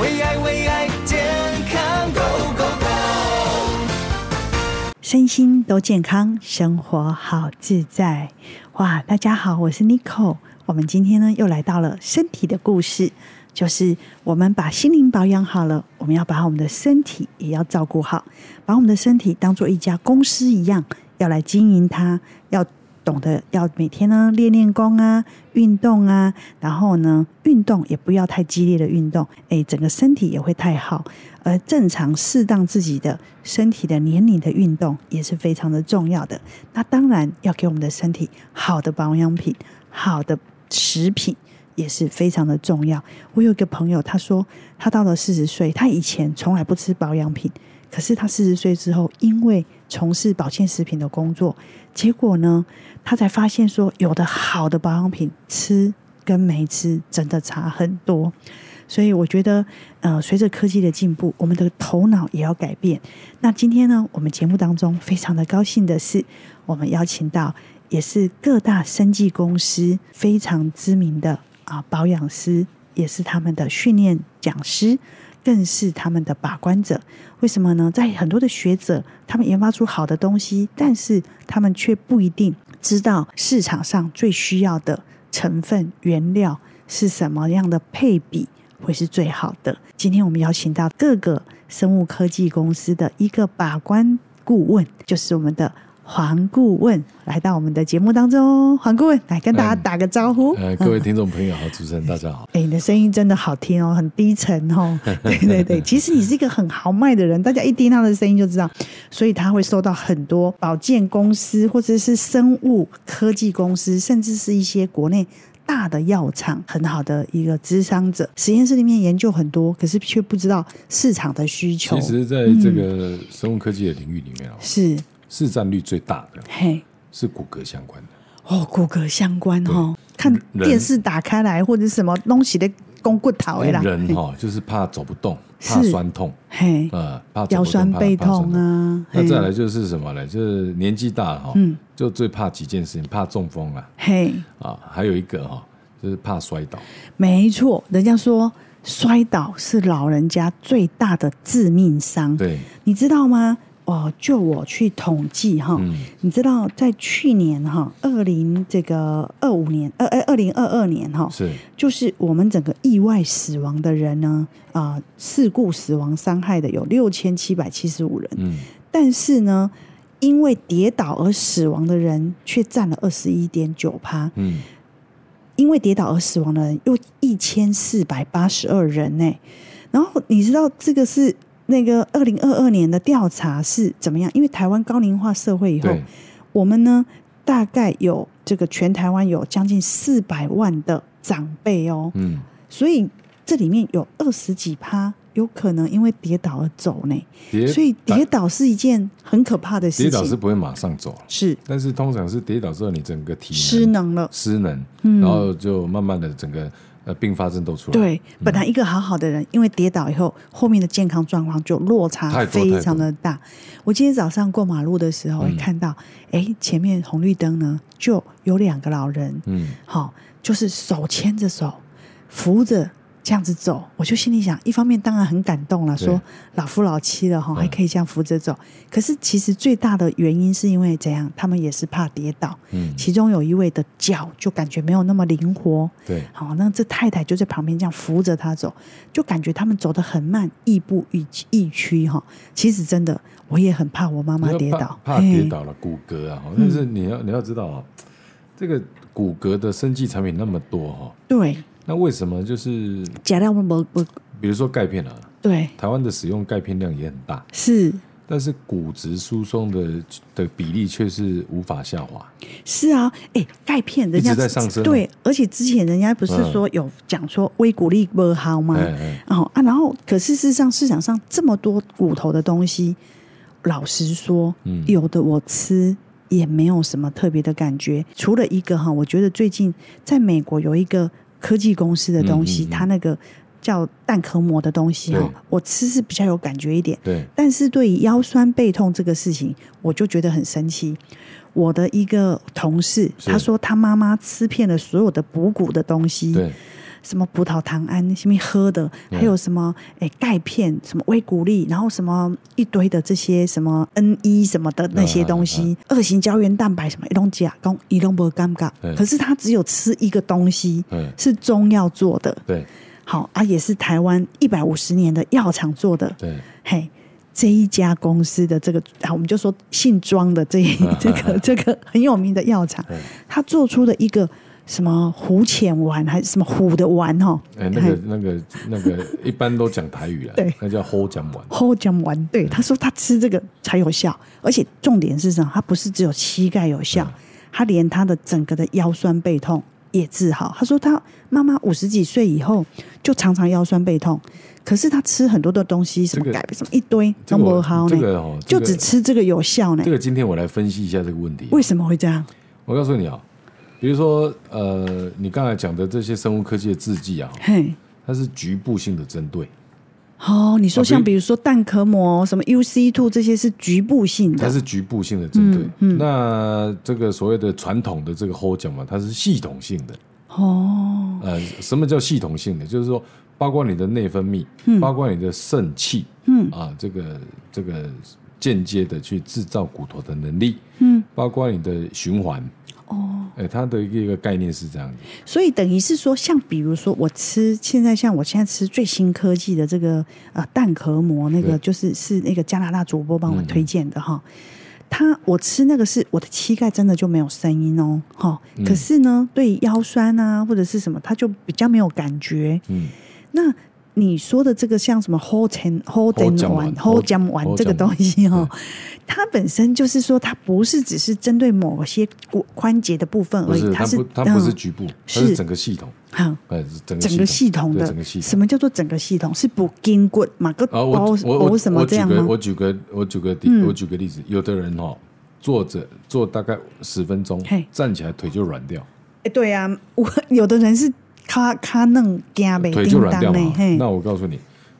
为爱为爱健康 Go Go 身心都健康，生活好自在。哇，大家好，我是 Nico。我们今天呢又来到了身体的故事，就是我们把心灵保养好了，我们要把我们的身体也要照顾好，把我们的身体当做一家公司一样，要来经营它，要懂得要每天呢练练功啊，运动啊，然后呢运动也不要太激烈的运动，哎，整个身体也会太好。而正常适当自己的身体的年龄的运动也是非常的重要的。那当然要给我们的身体好的保养品、好的食品也是非常的重要。我有一个朋友，他说他到了四十岁，他以前从来不吃保养品，可是他四十岁之后，因为从事保健食品的工作，结果呢，他才发现说，有的好的保养品吃跟没吃真的差很多。所以我觉得，呃，随着科技的进步，我们的头脑也要改变。那今天呢，我们节目当中非常的高兴的是，我们邀请到也是各大生技公司非常知名的啊、保养师，也是他们的训练讲师，更是他们的把关者。为什么呢？在很多的学者，他们研发出好的东西，但是他们却不一定知道市场上最需要的成分、原料是什么样的配比。会是最好的。今天我们邀请到各个生物科技公司的一个把关顾问，就是我们的黄顾问，来到我们的节目当中。黄顾问来跟大家嗯打个招呼。呃，各位听众朋友好，主持人大家好。哎、你的声音真的好听哦，很低沉 哦。对对对，其实你是一个很豪迈的人，大家一听他的声音就知道，所以他会受到很多保健公司或者是生物科技公司，甚至是一些国内。大的药厂很好的一个咨商者，实验室里面研究很多，可是却不知道市场的需求。其实，在这个生物科技的领域里面哦，嗯是市占率最大的嘿是骨骼相关的。哦，骨骼相关哦，看人电视打开来或者什么东西的肱骨头的啦，哎人哦哈、就是怕走不动，是怕酸痛，嘿，呃，怕走腰不动酸背痛。啊，怕怕酸痛那再嘿来就是什么呢？就是年纪大哈、嗯就最怕几件事情，怕中风啊，嘿。啊，还有一个哈、就是怕摔倒。没错，人家说摔倒是老人家最大的致命伤，对，你知道吗？哦，就我去统计哈，嗯，你知道在去年哈，二零这个二五年，二哎二二零二二年哈，是就是我们整个意外死亡的人呢，啊、事故死亡伤害的有六千七百七十五人，嗯，但是呢，因为跌倒而死亡的人却占了二十一点九趴，嗯，因为跌倒而死亡的人又一千四百八十二人呢、然后你知道这个是那个二零二二年的调查是怎么样？因为台湾高龄化社会以后对，，我们呢大概有这个全台湾有将近四百万的长辈哦，嗯，所以这里面有二十几趴有可能因为跌倒而走呢、跌所以跌倒是一件很可怕的事跌情，倒是不会马上走，是但是通常是跌倒之后，你整个体失能了。失能，嗯然后就慢慢的整个呃并发症都出来，，对，本来一个好好的人，因为跌倒以后，后面的健康状况就落差太多非常的大。我今天早上过马路的时候，会嗯看到，哎、前面红绿灯呢，就有两个老人，嗯，好、就是手牵着手，扶着这样子走。我就心里想，一方面当然很感动了，对说老夫老妻了哈，嗯还可以这样扶着走。可是其实最大的原因是因为怎样，他们也是怕跌倒，嗯其中有一位的脚就感觉没有那么灵活。对，好，那这太太就在旁边这样扶着他走，就感觉他们走得很慢，亦步亦亦趋哈。其实真的，我也很怕我妈妈你要跌怕倒，怕嘿嗯跌，倒了骨骼啊，但是你要你要知道啊，这个骨骼的生技产品那么多哈，对，那为什么就是假料我们不不比如说钙片啊，对，台湾的使用钙片量也很大，是但是骨质疏松的的比例却是无法下滑，是啊，哎，钙片人家一直在上升啊嗯对，而且之前人家不是说有讲说微骨力不好吗？哎哎，哦啊，然后可是事实上市场上这么多骨头的东西，老实说，嗯有的我吃也没有什么特别的感觉，除了一个哈，我觉得最近在美国有一个科技公司的东西，嗯嗯嗯它那个叫蛋壳膜的东西哈对，我吃是比较有感觉一点，对，但是对于腰酸背痛这个事情，我就觉得很神奇。我的一个同事，是他说他妈妈吃遍了所有的补骨的东西，对，什么葡萄糖胺、什么喝的，嗯还有什么诶钙片、什么微骨力，然后什么一堆的这些什么 N 一什么的那些东西，啊二型胶原蛋白什么一拢假，讲一拢不尴尬对。可是他只有吃一个东西嗯，是中药做的，对好啊，也是台湾一百五十年的药厂做的，对，嘿，这一家公司的这个啊，我们就说姓庄的这 一这个这个很有名的药厂嗯，他做出的一个什么虎潜丸还是什么虎的丸哦，哎，那个那个 那个，一般都讲台语啊对，那叫 hold 讲完，后姜丸，对，他说他吃这个才有效，而且重点是什么？他不是只有膝盖有效，他连他的整个的腰酸背痛也治好。他说他妈妈五十几岁以后就常常腰酸背痛，可是他吃很多的东西，什么这个钙、什么一堆这都个没我好这呢，个哦这就个只吃这个有效呢。这个今天我来分析一下这个问题。为什么会这样？我告诉你啊，比如说呃，你刚才讲的这些生物科技的制剂啊，嘿，它是局部性的针对，哦，你说啊比如像比如说蛋壳膜、什么 UC two 这些是局部性它的，是局部性的针对。嗯那这个所谓的传统的这个 hold 讲嘛，它是系统性的。哦，呃，什么叫系统性的？就是说，包括你的内分泌，包括你的肾气，嗯啊，这个这个间接的去制造骨头的能力，嗯，包括你的循环，哦，哎、它的一个一个概念是这样子，所以等于是说，像比如说我吃现在像我现在吃最新科技的这个呃蛋壳膜，那个对就是是那个加拿大主播帮我推荐的哈。他我吃那个是我的膝盖真的就没有声音哦，哈。可是呢，对腰酸啊或者是什么，它就比较没有感觉。嗯，那你说的这个像什么 hold and hold Whole and jam 丸丸 hold jam 丸 Whole 这个 jam 东西哦，它本身就是说它不是只是针对某些骨关节的部分不而已，是，它是不，它不是嗯局部，它是是整个系统，好哎、整个整个系统对的整个系什统。么叫做整个系统？是补筋骨嘛？个啊，包我我我包什么我这举样个吗嗯我？举个我举个例、我举个例子，有的人哦，坐着坐大概十分钟嘿，站起来腿就软掉，哎，对啊，我 有的人是咔咔弄夹呗，腿哎叮就软掉当嘛呢，。嘿那，我告诉你，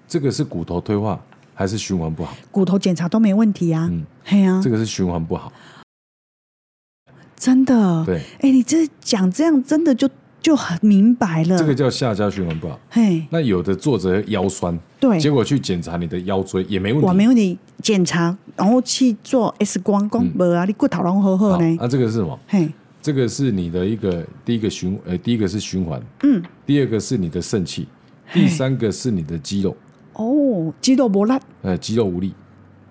这个是骨头退化还是循环不好？骨头检查都没问题啊嗯，嘿啊这，个是循环不好。真的。对，哎，你这讲这样真的就就很明白了。这个叫下家循环不好。嘿，那有的坐着腰酸，对结果去检查你的腰椎也没问题。我没有你检查，然后去做 X 光，光无啊，你骨头拢好好嗯好啊呢。那这个是什么？嘿，这个是你的一个第一个循呃，第一个是循环，嗯，第二个是你的肾气，第三个是你的肌肉，哦，肌肉无力，呃，肌肉无力。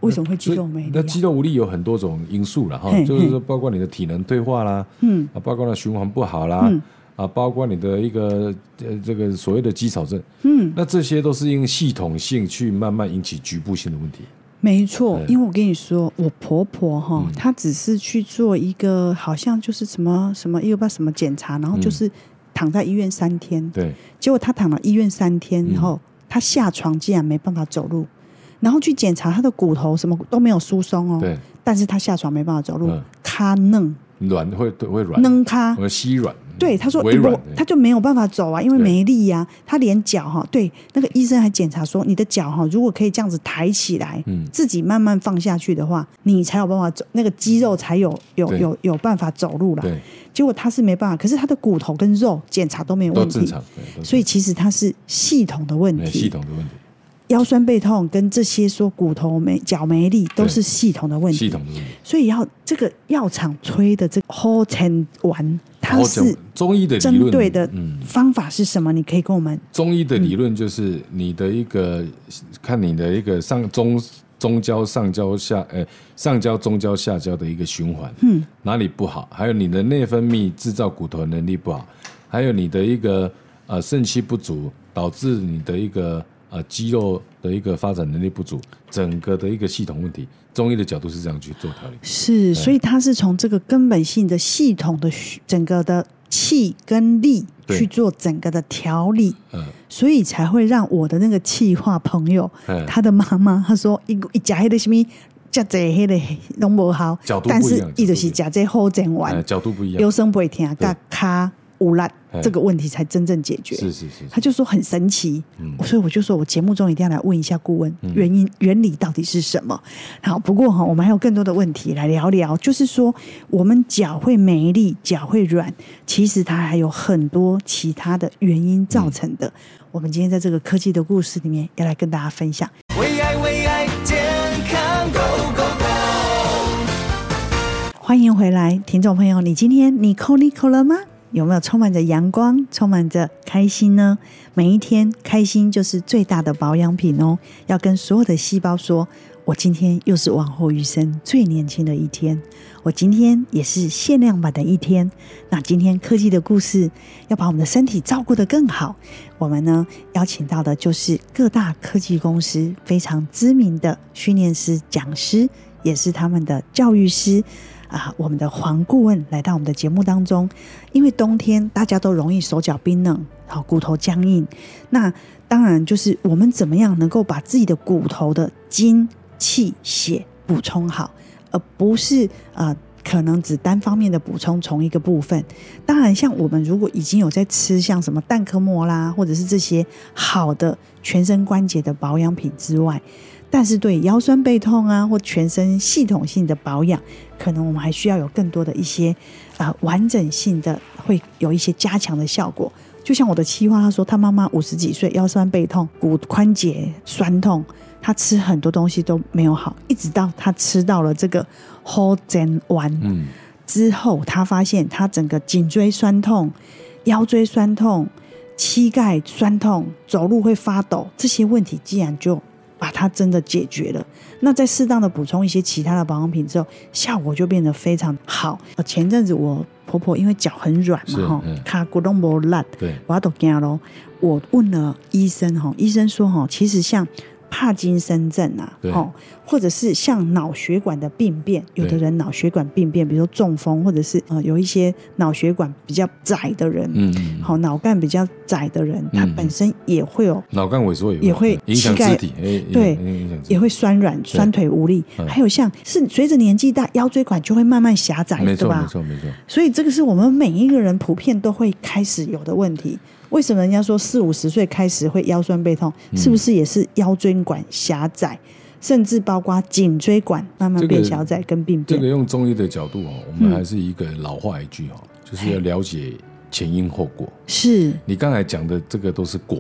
为什么会肌所以肉没力那啊？肌肉无力有很多种因素了哈嘿，就是说包括你的体能退化啦，嗯，啊，包括了循环不好啦嗯，啊，包括你的一个呃这个所谓的肌少症，嗯，那这些都是因系统性去慢慢引起局部性的问题。没错，对嗯因为我跟你说，我婆婆哈，她只是去做一个好像就是什么什么又不知道什么检查，然后就是躺在医院三天，嗯对，嗯结果她躺了医院三天，然后她下床竟然没办法走路，然后去检查她的骨头什么都没有疏松哦对，但是她下床没办法走路嗯，咔嫩软会会软，嗯嫩咔，会膝软。啊对，他说微软我，他就没有办法走啊，因为对没力呀、他连脚哈，对，那个医生还检查说，你的脚哈，如果可以这样子抬起来，嗯自己慢慢放下去的话，你才有办法走，那个肌肉才有有对有有办法走路啦。对，结果他是没办法，可是他的骨头跟肉检查都没有都问正题，常。对都正常所以其实他是系统的问没有题，系统的问题，腰酸背痛跟这些说骨头没脚没力都对是系统的问题，系统的问题。所以要这个药厂吹的这个 Whole Ten 丸，然它后讲是。中医的理针论，对的嗯，方法是什么？你可以跟我们中医的理论就是你的一个看你的一个上中中焦、上焦、下呃上焦、中焦、下焦的一个循环，嗯，哪里不好，还有你的内分泌制造骨头能力不好，啊还有你的一个呃肾气不足，导致你的一个呃肌肉的一个发展能力不足，整个的一个系统问题，中医的角度是这样去做调理。是，所以它是从这个根本性的系统的需整个的气跟力对去做整个的调理，嗯，所以才会让我的那个气化朋友，嗯他的妈妈，他说一一加黑的什么，加这黑的拢无好角，度不一但样是角度伊就是不一加这好整呃，完，角度不一啊样腰，酸背痛，甲卡无烂哎这个问题才真正解决。是是是，他就说很神奇，所以我就说我节目中一定要来问一下顾问，原因原理到底是什么？好，不过哈，我们还有更多的问题来聊聊，就是说我们脚会没力，脚会软，其实它还有很多其他的原因造成的。我们今天在这个科技的故事里面，要来跟大家分享。为爱为爱健康 Go Go Go，欢迎回来，听众朋友，你今天你扣力扣了吗？有没有充满着阳光，充满着开心呢？每一天开心就是最大的保养品哦。要跟所有的细胞说，我今天又是往后余生最年轻的一天，我今天也是限量版的一天。那今天科技的故事要把我们的身体照顾得更好，我们呢邀请到的就是各大科技公司非常知名的训练师、讲师，也是他们的教育师。啊，我们的黄顾问来到我们的节目当中，因为冬天大家都容易手脚冰冷，好骨头僵硬。那当然就是我们怎么样能够把自己的骨头的筋、气、血补充好，而不是啊。可能只单方面的补充从一个部分，当然，像我们如果已经有在吃像什么蛋壳膜啦，或者是这些好的全身关节的保养品之外，但是对腰酸背痛啊，或全身系统性的保养，可能我们还需要有更多的一些呃完整性的，会有一些加强的效果。就像我的妻花，她说她妈妈五十几岁，腰酸背痛，骨关节酸痛，她吃很多东西都没有好，一直到她吃到了这个 whole zen 丸，嗯，之后，他发现他整个颈椎酸痛、腰椎酸痛、膝盖酸痛、走路会发抖这些问题，竟然就把它真的解决了。那在适当的补充一些其他的保养品之后，效果就变得非常好。呃前阵子我婆婆因为脚很软嘛，是哈嗯，她骨弄不烂，对，我都惊咯。我问了医生哈，医生说哈，其实像帕金森症啊，对哦，或者是像脑血管的病变，有的人脑血管病变，比如说中风，或者是呃有一些脑血管比较窄的人，嗯嗯，嗯好、脑干比较窄的人，他嗯本身也会有脑干萎缩也啊也会影响膝盖肢体，哎，影响对影响肢体也会酸软、酸腿无力，嗯还有像是随着年纪大，腰椎管就会慢慢狭窄，没对错吧？没错没错，所以这个是我们每一个人普遍都会开始有的问题。为什么人家说四五十岁开始会腰酸背痛，嗯是不是也是腰椎管狭窄，甚至包括颈椎管慢慢这个变狭窄跟病这变？个用中医的角度哦，我们还是一个老话一句哦，就是要了解前因后果。是你刚才讲的这个都是果，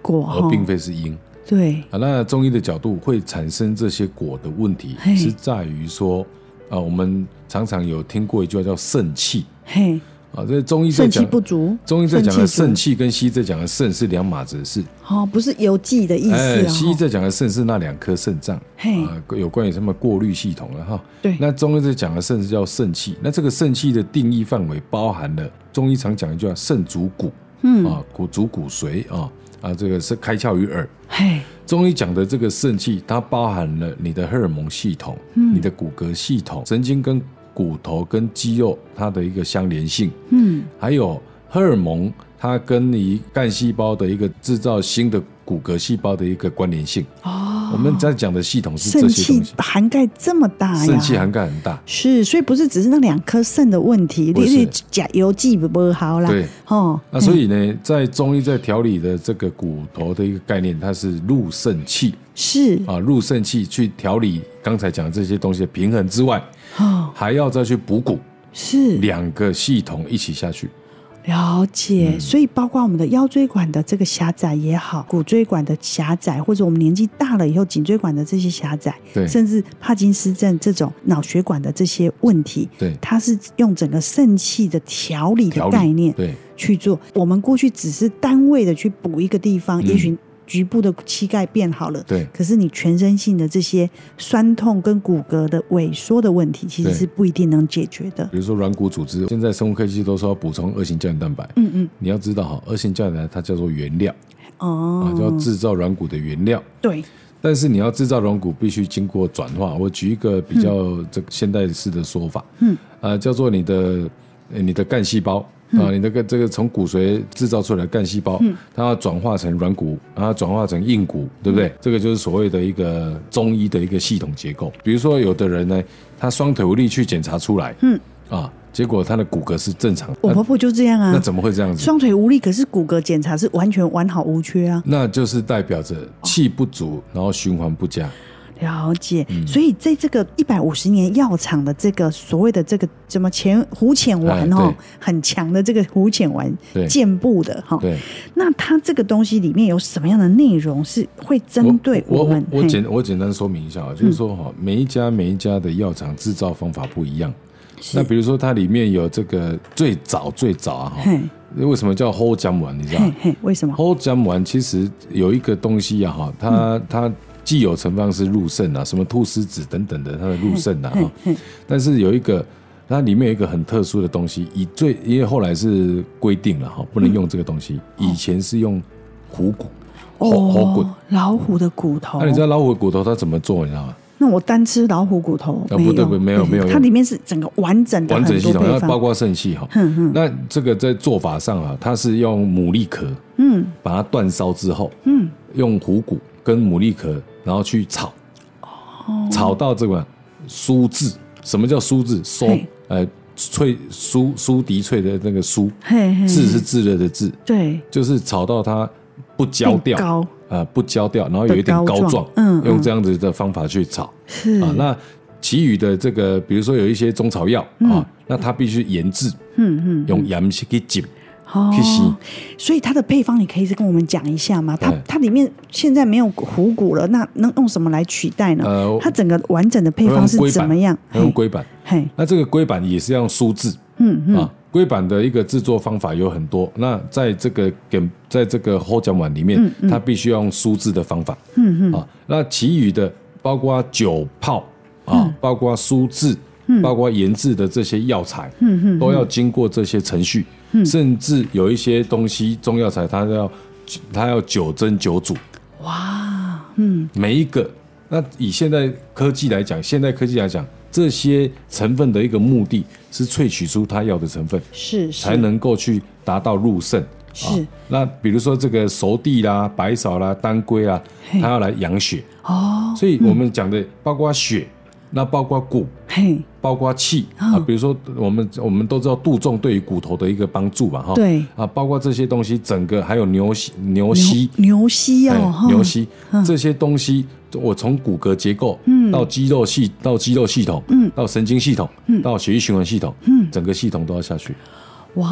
果而哈，呃并非是因对啊。那中医的角度会产生这些果的问题嘿，是在于说啊，我们常常有听过一句话叫肾气嘿，啊，这中医在肾气讲不足，中医在讲的肾气气跟西医在讲的肾是两码子的事。足哦，不是邮寄的意思哎西医哦，在讲的肾是那两颗肾脏，嘿啊，有关于什么过滤系统了啊哈。对那中医在讲的肾是叫肾气，那这个肾气的定义范围包含了中医常讲一句话，肾主骨，嗯啊，骨主骨髓啊啊，这个是开窍于耳。嘿，中医讲的这个肾气，它包含了你的荷尔蒙系统、嗯你的骨骼系统、神经跟骨头跟肌肉它的一个相连性，嗯，还有荷尔蒙它跟你干细胞的一个制造新的骨骼细胞的一个关联性。哦，我们在讲的系统是这肾些气东西，涵盖这么大呀，肾气涵盖很大。是，所以不是只是那两颗肾的问题，不是你甲油剂不好啦，对，哦，那所以呢，在中医在调理的这个骨头的一个概念，它是入肾气是啊，入肾气去调理刚才讲的这些东西的平衡之外，哦，还要再去补骨，是两个系统一起下去。了嗯解，所以包括我们的腰椎管的这个狭窄也好，骨椎管的狭窄，或者我们年纪大了以后颈椎管的这些狭窄，对甚至帕金斯症这种脑血管的这些问题，对它是用整个肾气的调理的调理概念，对，去做。我们过去只是单位的去补一个地方，也许局部的膝盖变好了，嗯对可是你全身性的这些酸痛跟骨骼的萎缩的问题，其实对是不一定能解决的。比如说软骨组织，现在生物科技都说要补充二型胶原蛋白。嗯嗯，你要知道哈，二型胶原蛋白它叫做原料啊，叫哦，制造软骨的原料。对，但是你要制造软骨，必须经过转化。我举一个比较这个现代式的说法，嗯，呃，叫做你的呃你的干细胞啊、你的个这个从骨髓制造出来的干细胞，嗯它要转化成软骨，然后转化成硬骨，对不对？这个就是所谓的一个中医的一个系统结构。比如说，有的人呢，他双腿无力去检查出来，嗯啊，结果他的骨骼是正常，我那婆婆就这样啊那，怎么会这样子？双腿无力，可是骨骼检查是完全完好无缺啊。那就是代表着气不足，然后循环不佳。了解，嗯所以在这个一百五十年药厂的这个所谓的这个什么前胡潜哎丸对哦，很强的这个胡潜丸对健步的哈，对，那它这个东西里面有什么样的内容是会针嗯对我们我？我嘿嗯简我简单说明一下啊，就是说哈，每一家每一家的药厂制造方法不一样。那比如说它里面有这个最早最早啊哈嘿，为什么叫齁姜丸？你知道嘿吗？嘿，为什么？齁姜丸其实有一个东西呀、哈，它嗯它既有成分是入肾啊，什么菟丝子等等的，它的入肾啊哈但是有一个。它里面有一个很特殊的东西，以最因为后来是规定了哈，不嗯能用这个东西。以前是用虎骨，哦虎虎骨。，老虎的骨头。那你知道老虎的骨头它怎么做？你知道吗？那我单吃老虎骨头啊没有？不对不没有没有它里面是整个完整的完整很系多统，那配包方。括肾系哈。那这个在做法上啊，它是用牡蛎壳，嗯把它煅烧之后，嗯，用虎骨跟牡蛎壳，然后去炒，炒到这个酥质。什么叫酥质？酥哦嘿呃脆酥酥迪脆的那个酥，嘿嘿，炙是炙热的炙，对，就是炒到它不焦变掉，高呃不焦掉，然后有一点的膏膏状状，嗯嗯用这样子的方法去炒。是啊，那其余的这个，比如说有一些中草药、啊，那它必须研制，嗯嗯嗯，用盐去给挤，哦去洗，哎所以它的配方你可以再跟我们讲一下吗？它对它里面现在没有虎骨了，那能用什么来取代呢？呃它整个完整的配用方是龟怎板么样？用嘿龟板。嘿，那这个龟板也是要用酥制，嗯嗯，啊，龟板的一个制作方法有很多。那在这个给在这个后脚碗里面，它必须要用酥制的方法。嗯嗯。啊，那其余的包括酒泡啊，包括酥制，包括研制的这些药材，嗯嗯嗯，嗯都要经过这些程序。甚至有一些东西中药材，它要它要九蒸九煮。哇，嗯每一个。那以现代科技来讲，现代科技来讲，这些成分的一个目的是萃取出它要的成分。是是才能够去达到入肾。是啊那比如说这个熟地啦、白芍啦、当归啊，嘿它要来养血，哦，嗯所以我们讲的包括血，那包括骨，嘿，包括气嗯啊，比如说我们我们都知道杜仲对于骨头的一个帮助嘛，哈，对啊，包括这些东西，整个还有牛膝牛膝。牛牛膝哎哦，哈牛膝这些东西，我从骨骼结构，嗯到肌肉系，到肌肉系统，到神经系统，嗯到血液循环系统，整个系统都要下去。哇，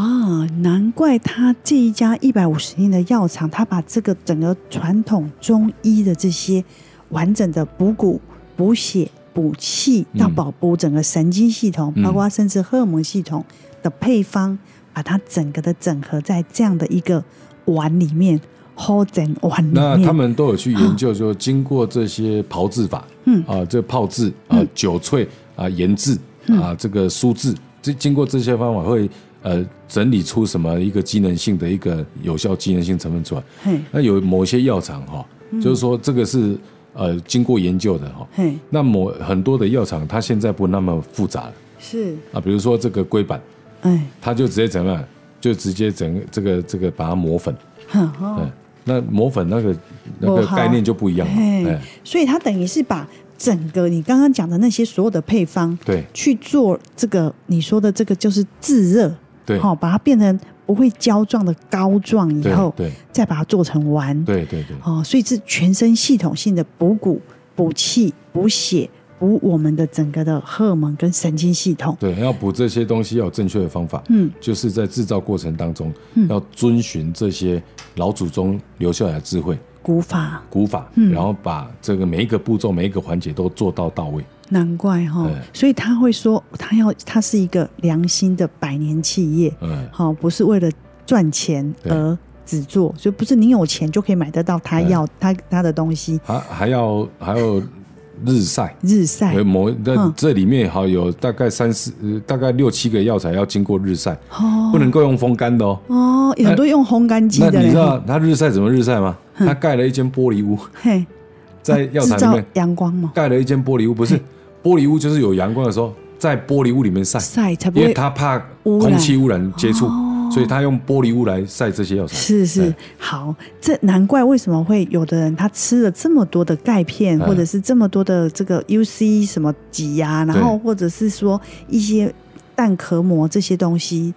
难怪他这一家一百五十年的药厂，他把这个整个传统中医的这些完整的补骨、补血、补气，到嗯保补整个神经系统，包括甚至荷尔蒙系统的配方，把它整个的整合在这样的一个碗里面。whole 整碗里那面，他们都有去研究，就经过这些炮制法，嗯啊，这炮制啊，嗯酒萃啊，盐制啊，这个酥制，这经过这些方法会呃整理出什么一个机能性的一个有效机能性成分出来。嘿嗯那有某些药厂哈，就是说这个是呃经过研究的哈。嘿那某很多的药厂，它现在不那么复杂了是啊，比如说这个龟板，哎，它就直接怎么样，就直接整个这个这个把它磨粉，哼哦嗯，那磨粉那个那个磨好概念就不一样了，嘿哎，，所以它等于是把整个你刚刚讲的那些所有的配方，对去做这个你说的这个就是炙热，对好、把它变成不会胶状的膏状以对后，对再把它做成丸，对对对，哦，所以是全身系统性的补骨、补气、补血、补我们的整个的荷尔蒙跟神经系统，对，要补这些东西要有正确的方法，嗯，就是在制造过程当中要遵循这些老祖宗留下来的智慧古法，古法，嗯然后把这个每一个步骤每一个环节都做到到位，难怪哈、对所以他会说他要他是一个良心的百年企业，嗯，好、不是为了赚钱对而只做，就不是你有钱就可以买得到他对要他他的东西。还啊还要还要日晒。日晒为某那嗯这里面好有大概三四呃大概六七个药材要经过日晒，哦不能够用风干的哦。哦，有很多用烘干机那的嘞，你知道他日晒怎么日晒吗？他盖了一间玻璃屋，嘿，在药嗯制厂里造面阳光嘛，盖了一间玻璃屋，不是玻璃屋就是有阳光的时候，在玻璃屋里面晒，晒才不因为会他怕污染哦空气污染接触，所以他用玻璃屋来晒这些药材。是是对，好，这难怪为什么会有的人他吃了这么多的钙片，嗯或者是这么多的这个 UC 什么钾呀、然后或者是说一些蛋壳膜这些东西，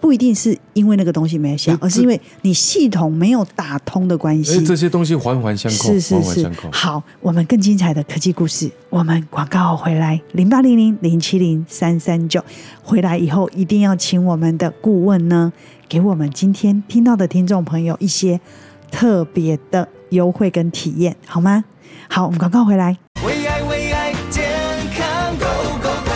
不一定是因为那个东西没有效哎，而是这因为你系统没有打通的关哎系，。这些东西环环相扣，是是环环是相扣，。好，我们更精彩的科技故事，我们广告回来零八零零零七零三三九，回来以后一定要请我们的顾问呢，给我们今天听到的听众朋友一些特别的优惠跟体验，好吗？好，我们广告回来。为爱为爱健康 Go Go Go。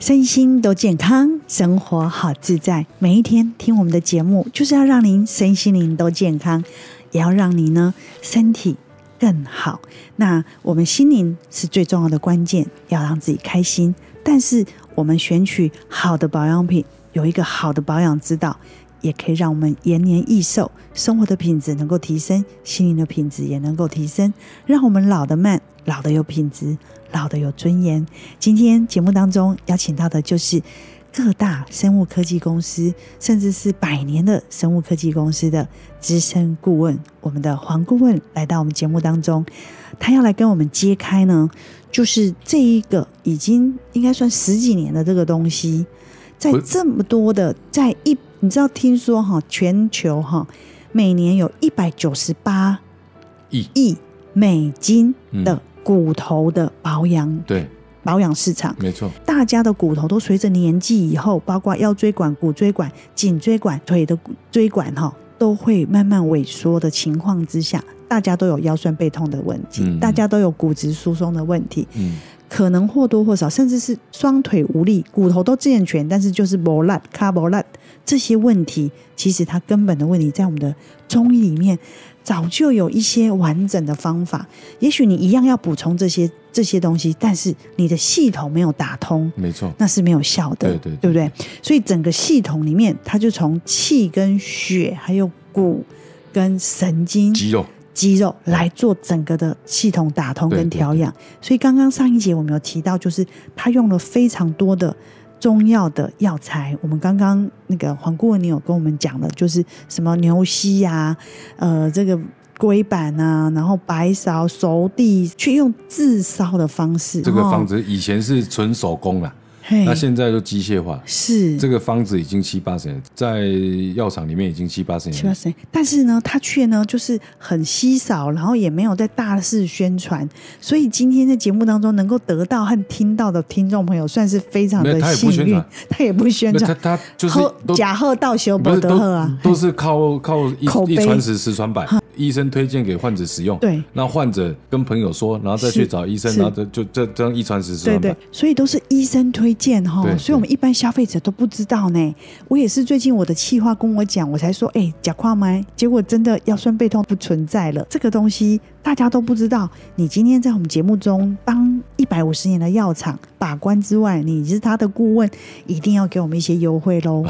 身心都健康，生活好自在。每一天听我们的节目，就是要让您身心灵都健康，也要让您呢身体更好。那我们心灵是最重要的关键，要让自己开心。但是我们选取好的保养品，有一个好的保养指导，也可以让我们延年益寿，生活的品质能够提升，心灵的品质也能够提升，让我们老得慢，老得有品质，老得有尊严。今天节目当中邀请到的就是各大生物科技公司，甚至是百年的生物科技公司的资深顾问，我们的黄顾问来到我们节目当中，他要来跟我们揭开呢，就是这一个已经应该算十几年的这个东西，在不是这么多的，在一你知道听说哈，全球哈每年有一百九十八亿亿美金的骨头的保养对，保养市场。没错，大家的骨头都随着年纪以后，包括腰椎管、骨椎管、颈椎管、腿的骨椎管哈，都会慢慢萎缩的情况之下，大家都有腰酸背痛的问题，嗯大家都有骨质疏松的问题，嗯，可能或多或少，甚至是双腿无力、骨头都健全，但是就是磨烂、卡磨烂这些问题，其实它根本的问题在我们的中医里面早就有一些完整的方法。也许你一样要补充这些这些东西，但是你的系统没有打通，没错，那是没有效的，对对不对？所以整个系统里面，它就从气跟血，还有骨跟神经、肌肉，肌肉来做整个的系统打通跟对对调养。所以刚刚上一节我们有提到，就是他用了非常多的中药的药材。我们刚刚那个黄顾问你有跟我们讲的，就是什么牛膝呀、呃，这个龟板啊，然后白芍、熟地，去用自烧的方式。这个哦方，子以前是纯手工啦，嘿那现在都机械化。哎是这个方子已经七八十年，在药厂里面已经七八十七八年，十年，但是呢，它却呢就是很稀少，然后也没有在大肆宣传，所以今天在节目当中能够得到和听到的听众朋友，算是非常没的有他也不幸宣运传。他也不宣那传他，他就是喝都假贺到修不伯是德贺啊，都都是靠靠一口碑一传十十传百，医生推荐给患者使用，对，那患者跟朋友说，然后再去是找医生，是然后这就这这样一传十十对传百对，，所以都是医生推荐哈对，对所以我们一般消费者都不知道呢。我也是最近我的气话跟我讲，我才说，哎、假胯吗？结果真的腰酸背痛不存在了，这个东西大家都不知道。你今天在我们节目中当一百五十年的药厂把关之外，你是他的顾问，一定要给我们一些优惠 喽，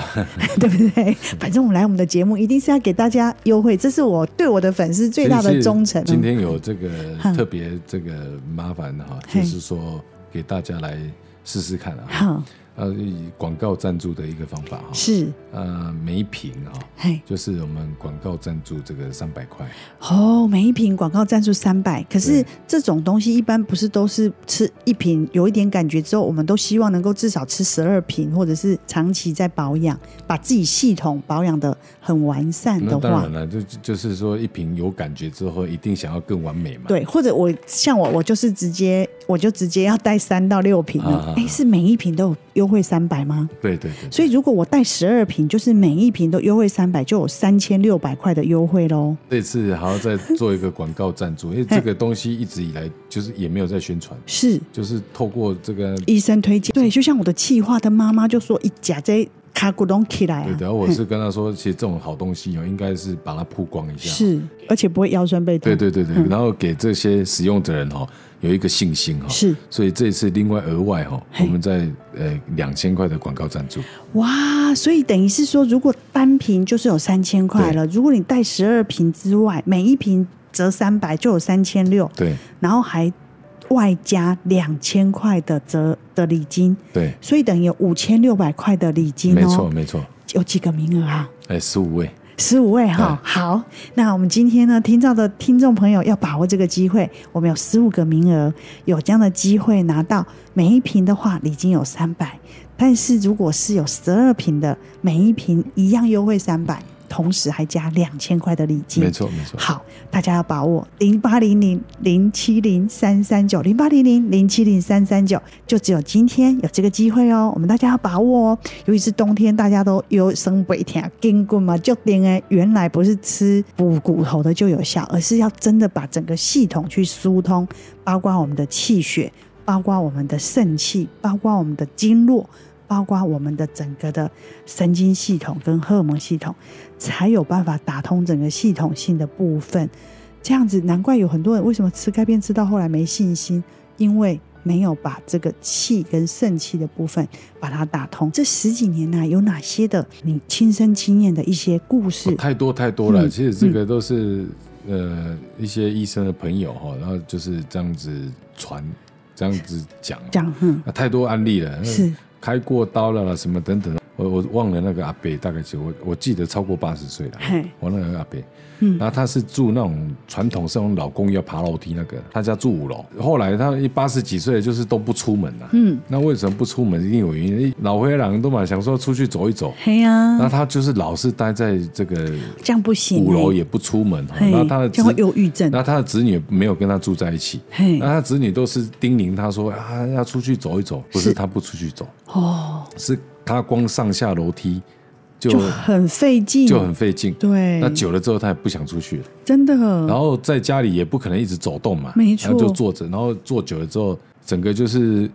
对不对？反正我们来我们的节目，一定是要给大家优惠，这是我对我的粉丝最大其的实忠诚。今天有这个嗯特别这个麻烦哈，嘿就是说给大家来试试看啊，好呃，以广告赞助的一个方法哈，是呃，每瓶哈，嘿。就是我们广告赞助这个三百块，哦，每一瓶广告赞助三百，可是对这种东西一般不是都是吃一瓶有一点感觉之后，我们都希望能够至少吃十二瓶，或者是长期在保养，把自己系统保养的很完善那的当话然，了，就就是说一瓶有感觉之后，一定想要更完美嘛，对，或者我像我，我就是直接我就直接要带三到六瓶啊啊了啊，哎、是每一瓶都有优惠三百吗？对对对，所以如果我带十二瓶，就是每一瓶都优惠三百，就有三千六百块的优惠喽。这次还要再做一个广告 赞助，因为这个东西一直以来就是也没有在宣传，是，就是透过这个。医生推荐。对，就像我的气化的妈妈就说，一夹这卡古隆起来啊，对的，然后我是跟他说，其实这种好东西哦，应该是把它曝光一下。，是，嗯而且不会腰酸背痛。对对对对，然后给这些使用的人哈、哦、有一个信心哈、哦。是所以这一次另外额外哈、哦，嘿我们在呃两千块的广告赞助，哇，所以等于是说，如果单瓶就是有三千块了，如果你带十二瓶之外，每一瓶折三百就有三千六，对然后还外加两千块的折的礼金，对，所以等于有五千六百块的礼金没错哦。没错，有几个名额啊？哎，十五位，十五位哈，好，那我们今天呢，听到的听众朋友要把握这个机会，我们有十五个名额，有这样的机会拿到每一瓶的话，礼金有三百，但是如果是有十二瓶的，每一瓶一样优惠三百，同时还加两千块的礼金，没错没错好，大家要把握零八零零零七零三三九零八零零零七零三三九，就只有今天有这个机会哦，我们大家要把握哦。尤其是冬天，大家都有生北天筋骨嘛，就点哎，原来不是吃补骨头的就有效，而是要真的把整个系统去疏通，包括我们的气血，包括我们的肾气，包括我们的经络。包括我们的整个的神经系统跟荷尔蒙系统，才有办法打通整个系统性的部分。这样子，难怪有很多人为什么吃钙片吃到后来没信心，因为没有把这个气跟肾气的部分把它打通。这十几年来、有哪些的你亲身经验的一些故事？哦太多太多了。嗯其实这个都是呃一些医生的朋友哈，然后就是这样子传，这样子讲，讲哼，啊太多案例了。是开过刀了啦，什么等等，我我忘了那个阿伯大概几，我我记得超过八十岁了嘿。我那个阿伯，嗯然后他是住那种传统是那种老公要爬楼梯那个，他家住五楼。后来他一八十几岁，就是都不出门了、啊嗯，那为什么不出门？一定有原因。老灰狼都嘛想说出去走一走，嘿呀、那他就是老是待在这个这样不行、五楼欸也不出门哈。嘿那他的这样会子忧郁症那他的子女没有跟他住在一起，嘿那他子女都是叮咛他说啊要出去走一走，不是是他不出去走，哦，是他光上下楼梯就就很费劲，就很费劲。对，那久了之后，他也不想出去了，真的，然后在家里也不可能一直走动嘛，嗯没错然后就坐着，然后坐久了之后，整个就是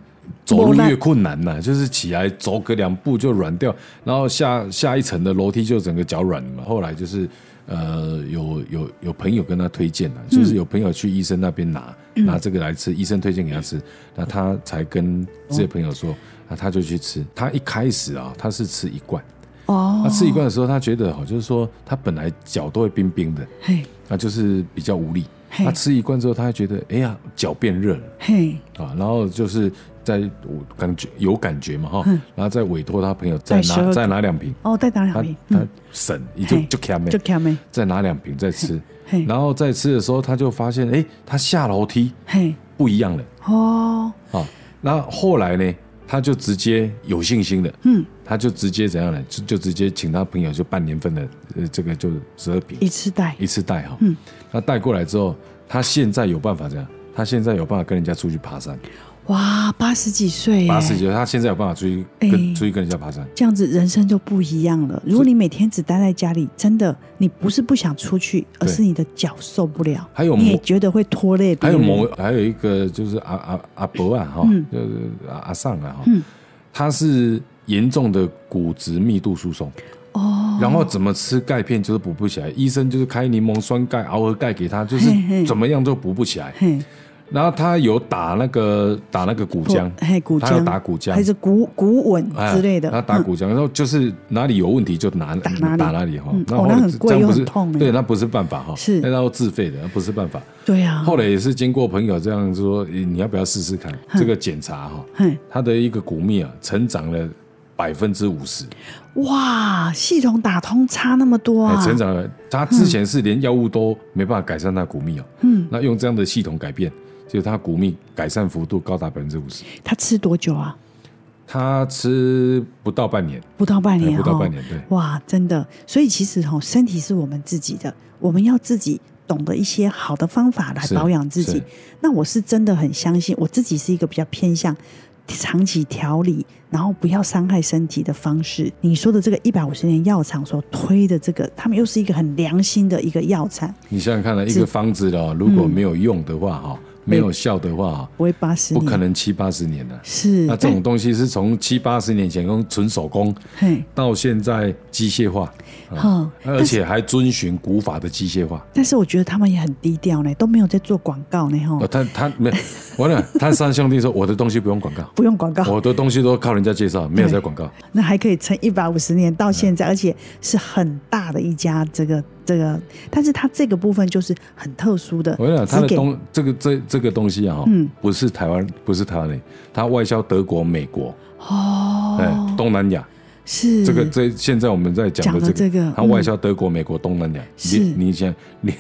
走路没力越困难了，就是起来走个两步就软掉，然后下下一层的楼梯就整个脚软了嘛。后来就是呃，有有有朋友跟他推荐了，嗯就是有朋友去医生那边拿、拿这个来吃，医生推荐给他嗯吃，那他才跟这些朋友说，那他就去吃。他一开始啊，他是吃一罐，哦他，吃一罐的时候，他觉得哦，就是说他本来脚都会冰冰的。嘿，他就是比较无力。嘿他吃一罐之后，他还觉得哎呀，脚变热了嘿，啊，然后就是在我感觉有感觉嘛哈，然后再委托他朋友再再12拿再拿两瓶，哦，带打两他瓶，他嗯，省也就嘿就卡没就，卡没，再拿两瓶再吃嘿嘿，然后再吃的时候，他就发现哎，他下楼梯嘿，不一样了哦，啊。那后来呢，他就直接有信心了，嗯，他就直接怎样呢？就就直接请他朋友就半年份的呃这个就十二瓶一次带，一次带哈，嗯，那带过来之后，他现在有办法这样，他现在有办法跟人家出去爬山，哇，八十几岁耶，八十九，他现在有办法出去跟、哎出去跟人家爬山，这样子人生就不一样了。如果你每天只待在家里，真的，你不是不想出去，而是你的脚受不了，还有你也某觉得会拖累别还人，有某还有一个就是阿阿阿伯啊哈，嗯就是阿阿尚啊哈，他是严重的骨质密度疏松。哦，然后怎么吃钙片就是补不起来，医生就是开柠檬酸钙、螯合钙给他，就是嘿嘿怎么样都补不起来。嘿，然后他有打那个打那个骨浆，嘿，骨他有浆，打骨浆，还是骨骨稳哎之类的，他打嗯骨浆，然后就是哪里有问题就拿打哪里打哪里哈嗯。哦后来那很贵这样不又是很痛欸对，那不是办法哈。是那要自费的，那不是办法。对啊，后来也是经过朋友这样说，诶你要不要试试看嗯这个检查哈？嘿，他的一个骨密啊，成长了百分之五十，哇，系统打通差那么多哎啊，成长了。他之前是连药物都没办法改善他骨密哦，嗯，那用这样的系统改变，就他骨密改善幅度高达百分之五十。他吃多久啊？他吃不到半年，不到半年哎哦，不到半年，对。哇，真的，所以其实吼，身体是我们自己的，我们要自己懂得一些好的方法来是保养自己是。那我是真的很相信，我自己是一个比较偏向长期调理，然后不要伤害身体的方式。你说的这个一百五十年药厂所推的这个，他们又是一个很良心的一个药厂，你想想看呢，一个方子哦，如果没有用的话嗯哈，没有效的话哈，不会八十不年，可能七八十年的。是那这种东西是从七八十年前用纯手工但哎嘿，到现在机械化，哼，而且还遵循古法的机械化。但是我觉得他们也很低调呢，都没有在做广告呢，哈哦，，他他没有 完了，他三兄弟说我的东西不用广告，不用广告，我的东西都靠人家介绍，没有在广告。那还可以撑一百五十年到现嗯在，而且是很大的一家这个这个，但是它这个部分就是很特殊的，我跟你讲，只他的给东这个这这个东西啊，哈嗯不是台湾，不是台湾的，他外销德国、美国，哎哦，东南亚，是这个这现在我们在讲的嗯讲的这这个嗯个，它外销德国、美国、东南亚，是连你想连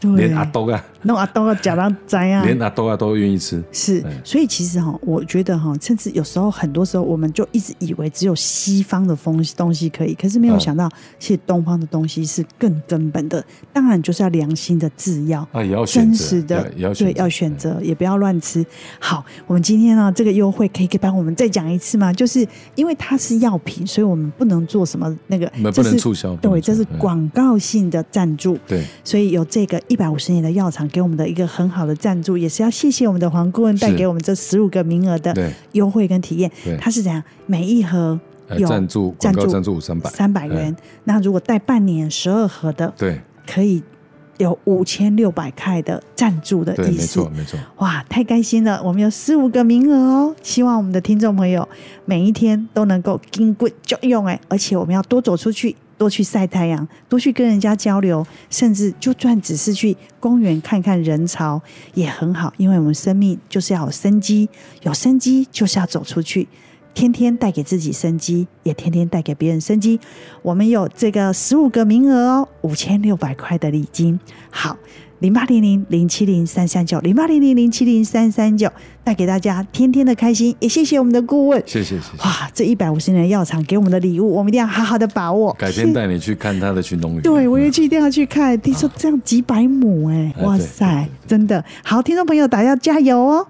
对连阿豆啊，弄阿东啊，假当灾啊，连阿豆啊都愿意吃。是，所以其实哈，我觉得哈，甚至有时候很多时候，我们就一直以为只有西方的风东西可以，可是没有嗯想到，其实东方的东西是更根本的。当然就是要良心的制药，啊也要选真择实的，也要对，选择要选择，也不要乱吃。好，我们今天呢，这个优惠可以帮我们再讲一次吗？就是因为它是药品，所以我们不能做什么那个我，们这不能是促销不对，能这促是嗯广告性的赞助。对，所以有这个一百五十年的药厂给我们的一个很好的赞助，也是要谢谢我们的黄顾问带是给我们这十五个名额的对优惠跟体验对。它是怎样？每一盒呃有赞助广告赞助500三百元。那如果带半年十二盒的，对可以有五千六百块的赞助的对，意没思错。没错，哇，太开心了！我们有十五个名额哦，希望我们的听众朋友每一天都能够金贵就用哎，而且我们要多走出去，多去晒太阳，多去跟人家交流，甚至就算只是去公园看看人潮也很好，因为我们生命就是要有生机，有生机就是要走出去。天天带给自己生机，也天天带给别人生机。我们有这个十五个名额哦，五千六百块的礼金。好，零八零零零七零三三九，零八零零零七零三三九，带给大家天天的开心。也谢谢我们的顾问，谢谢谢谢，哇，这一百五十年的药厂给我们的礼物，我们一定要好好的把握。改天带你去看他的群龙鱼。对，我也去一定要去看。听说这样几百亩、哎，哎哇对塞对，真的好，听众朋友，大家加油哦！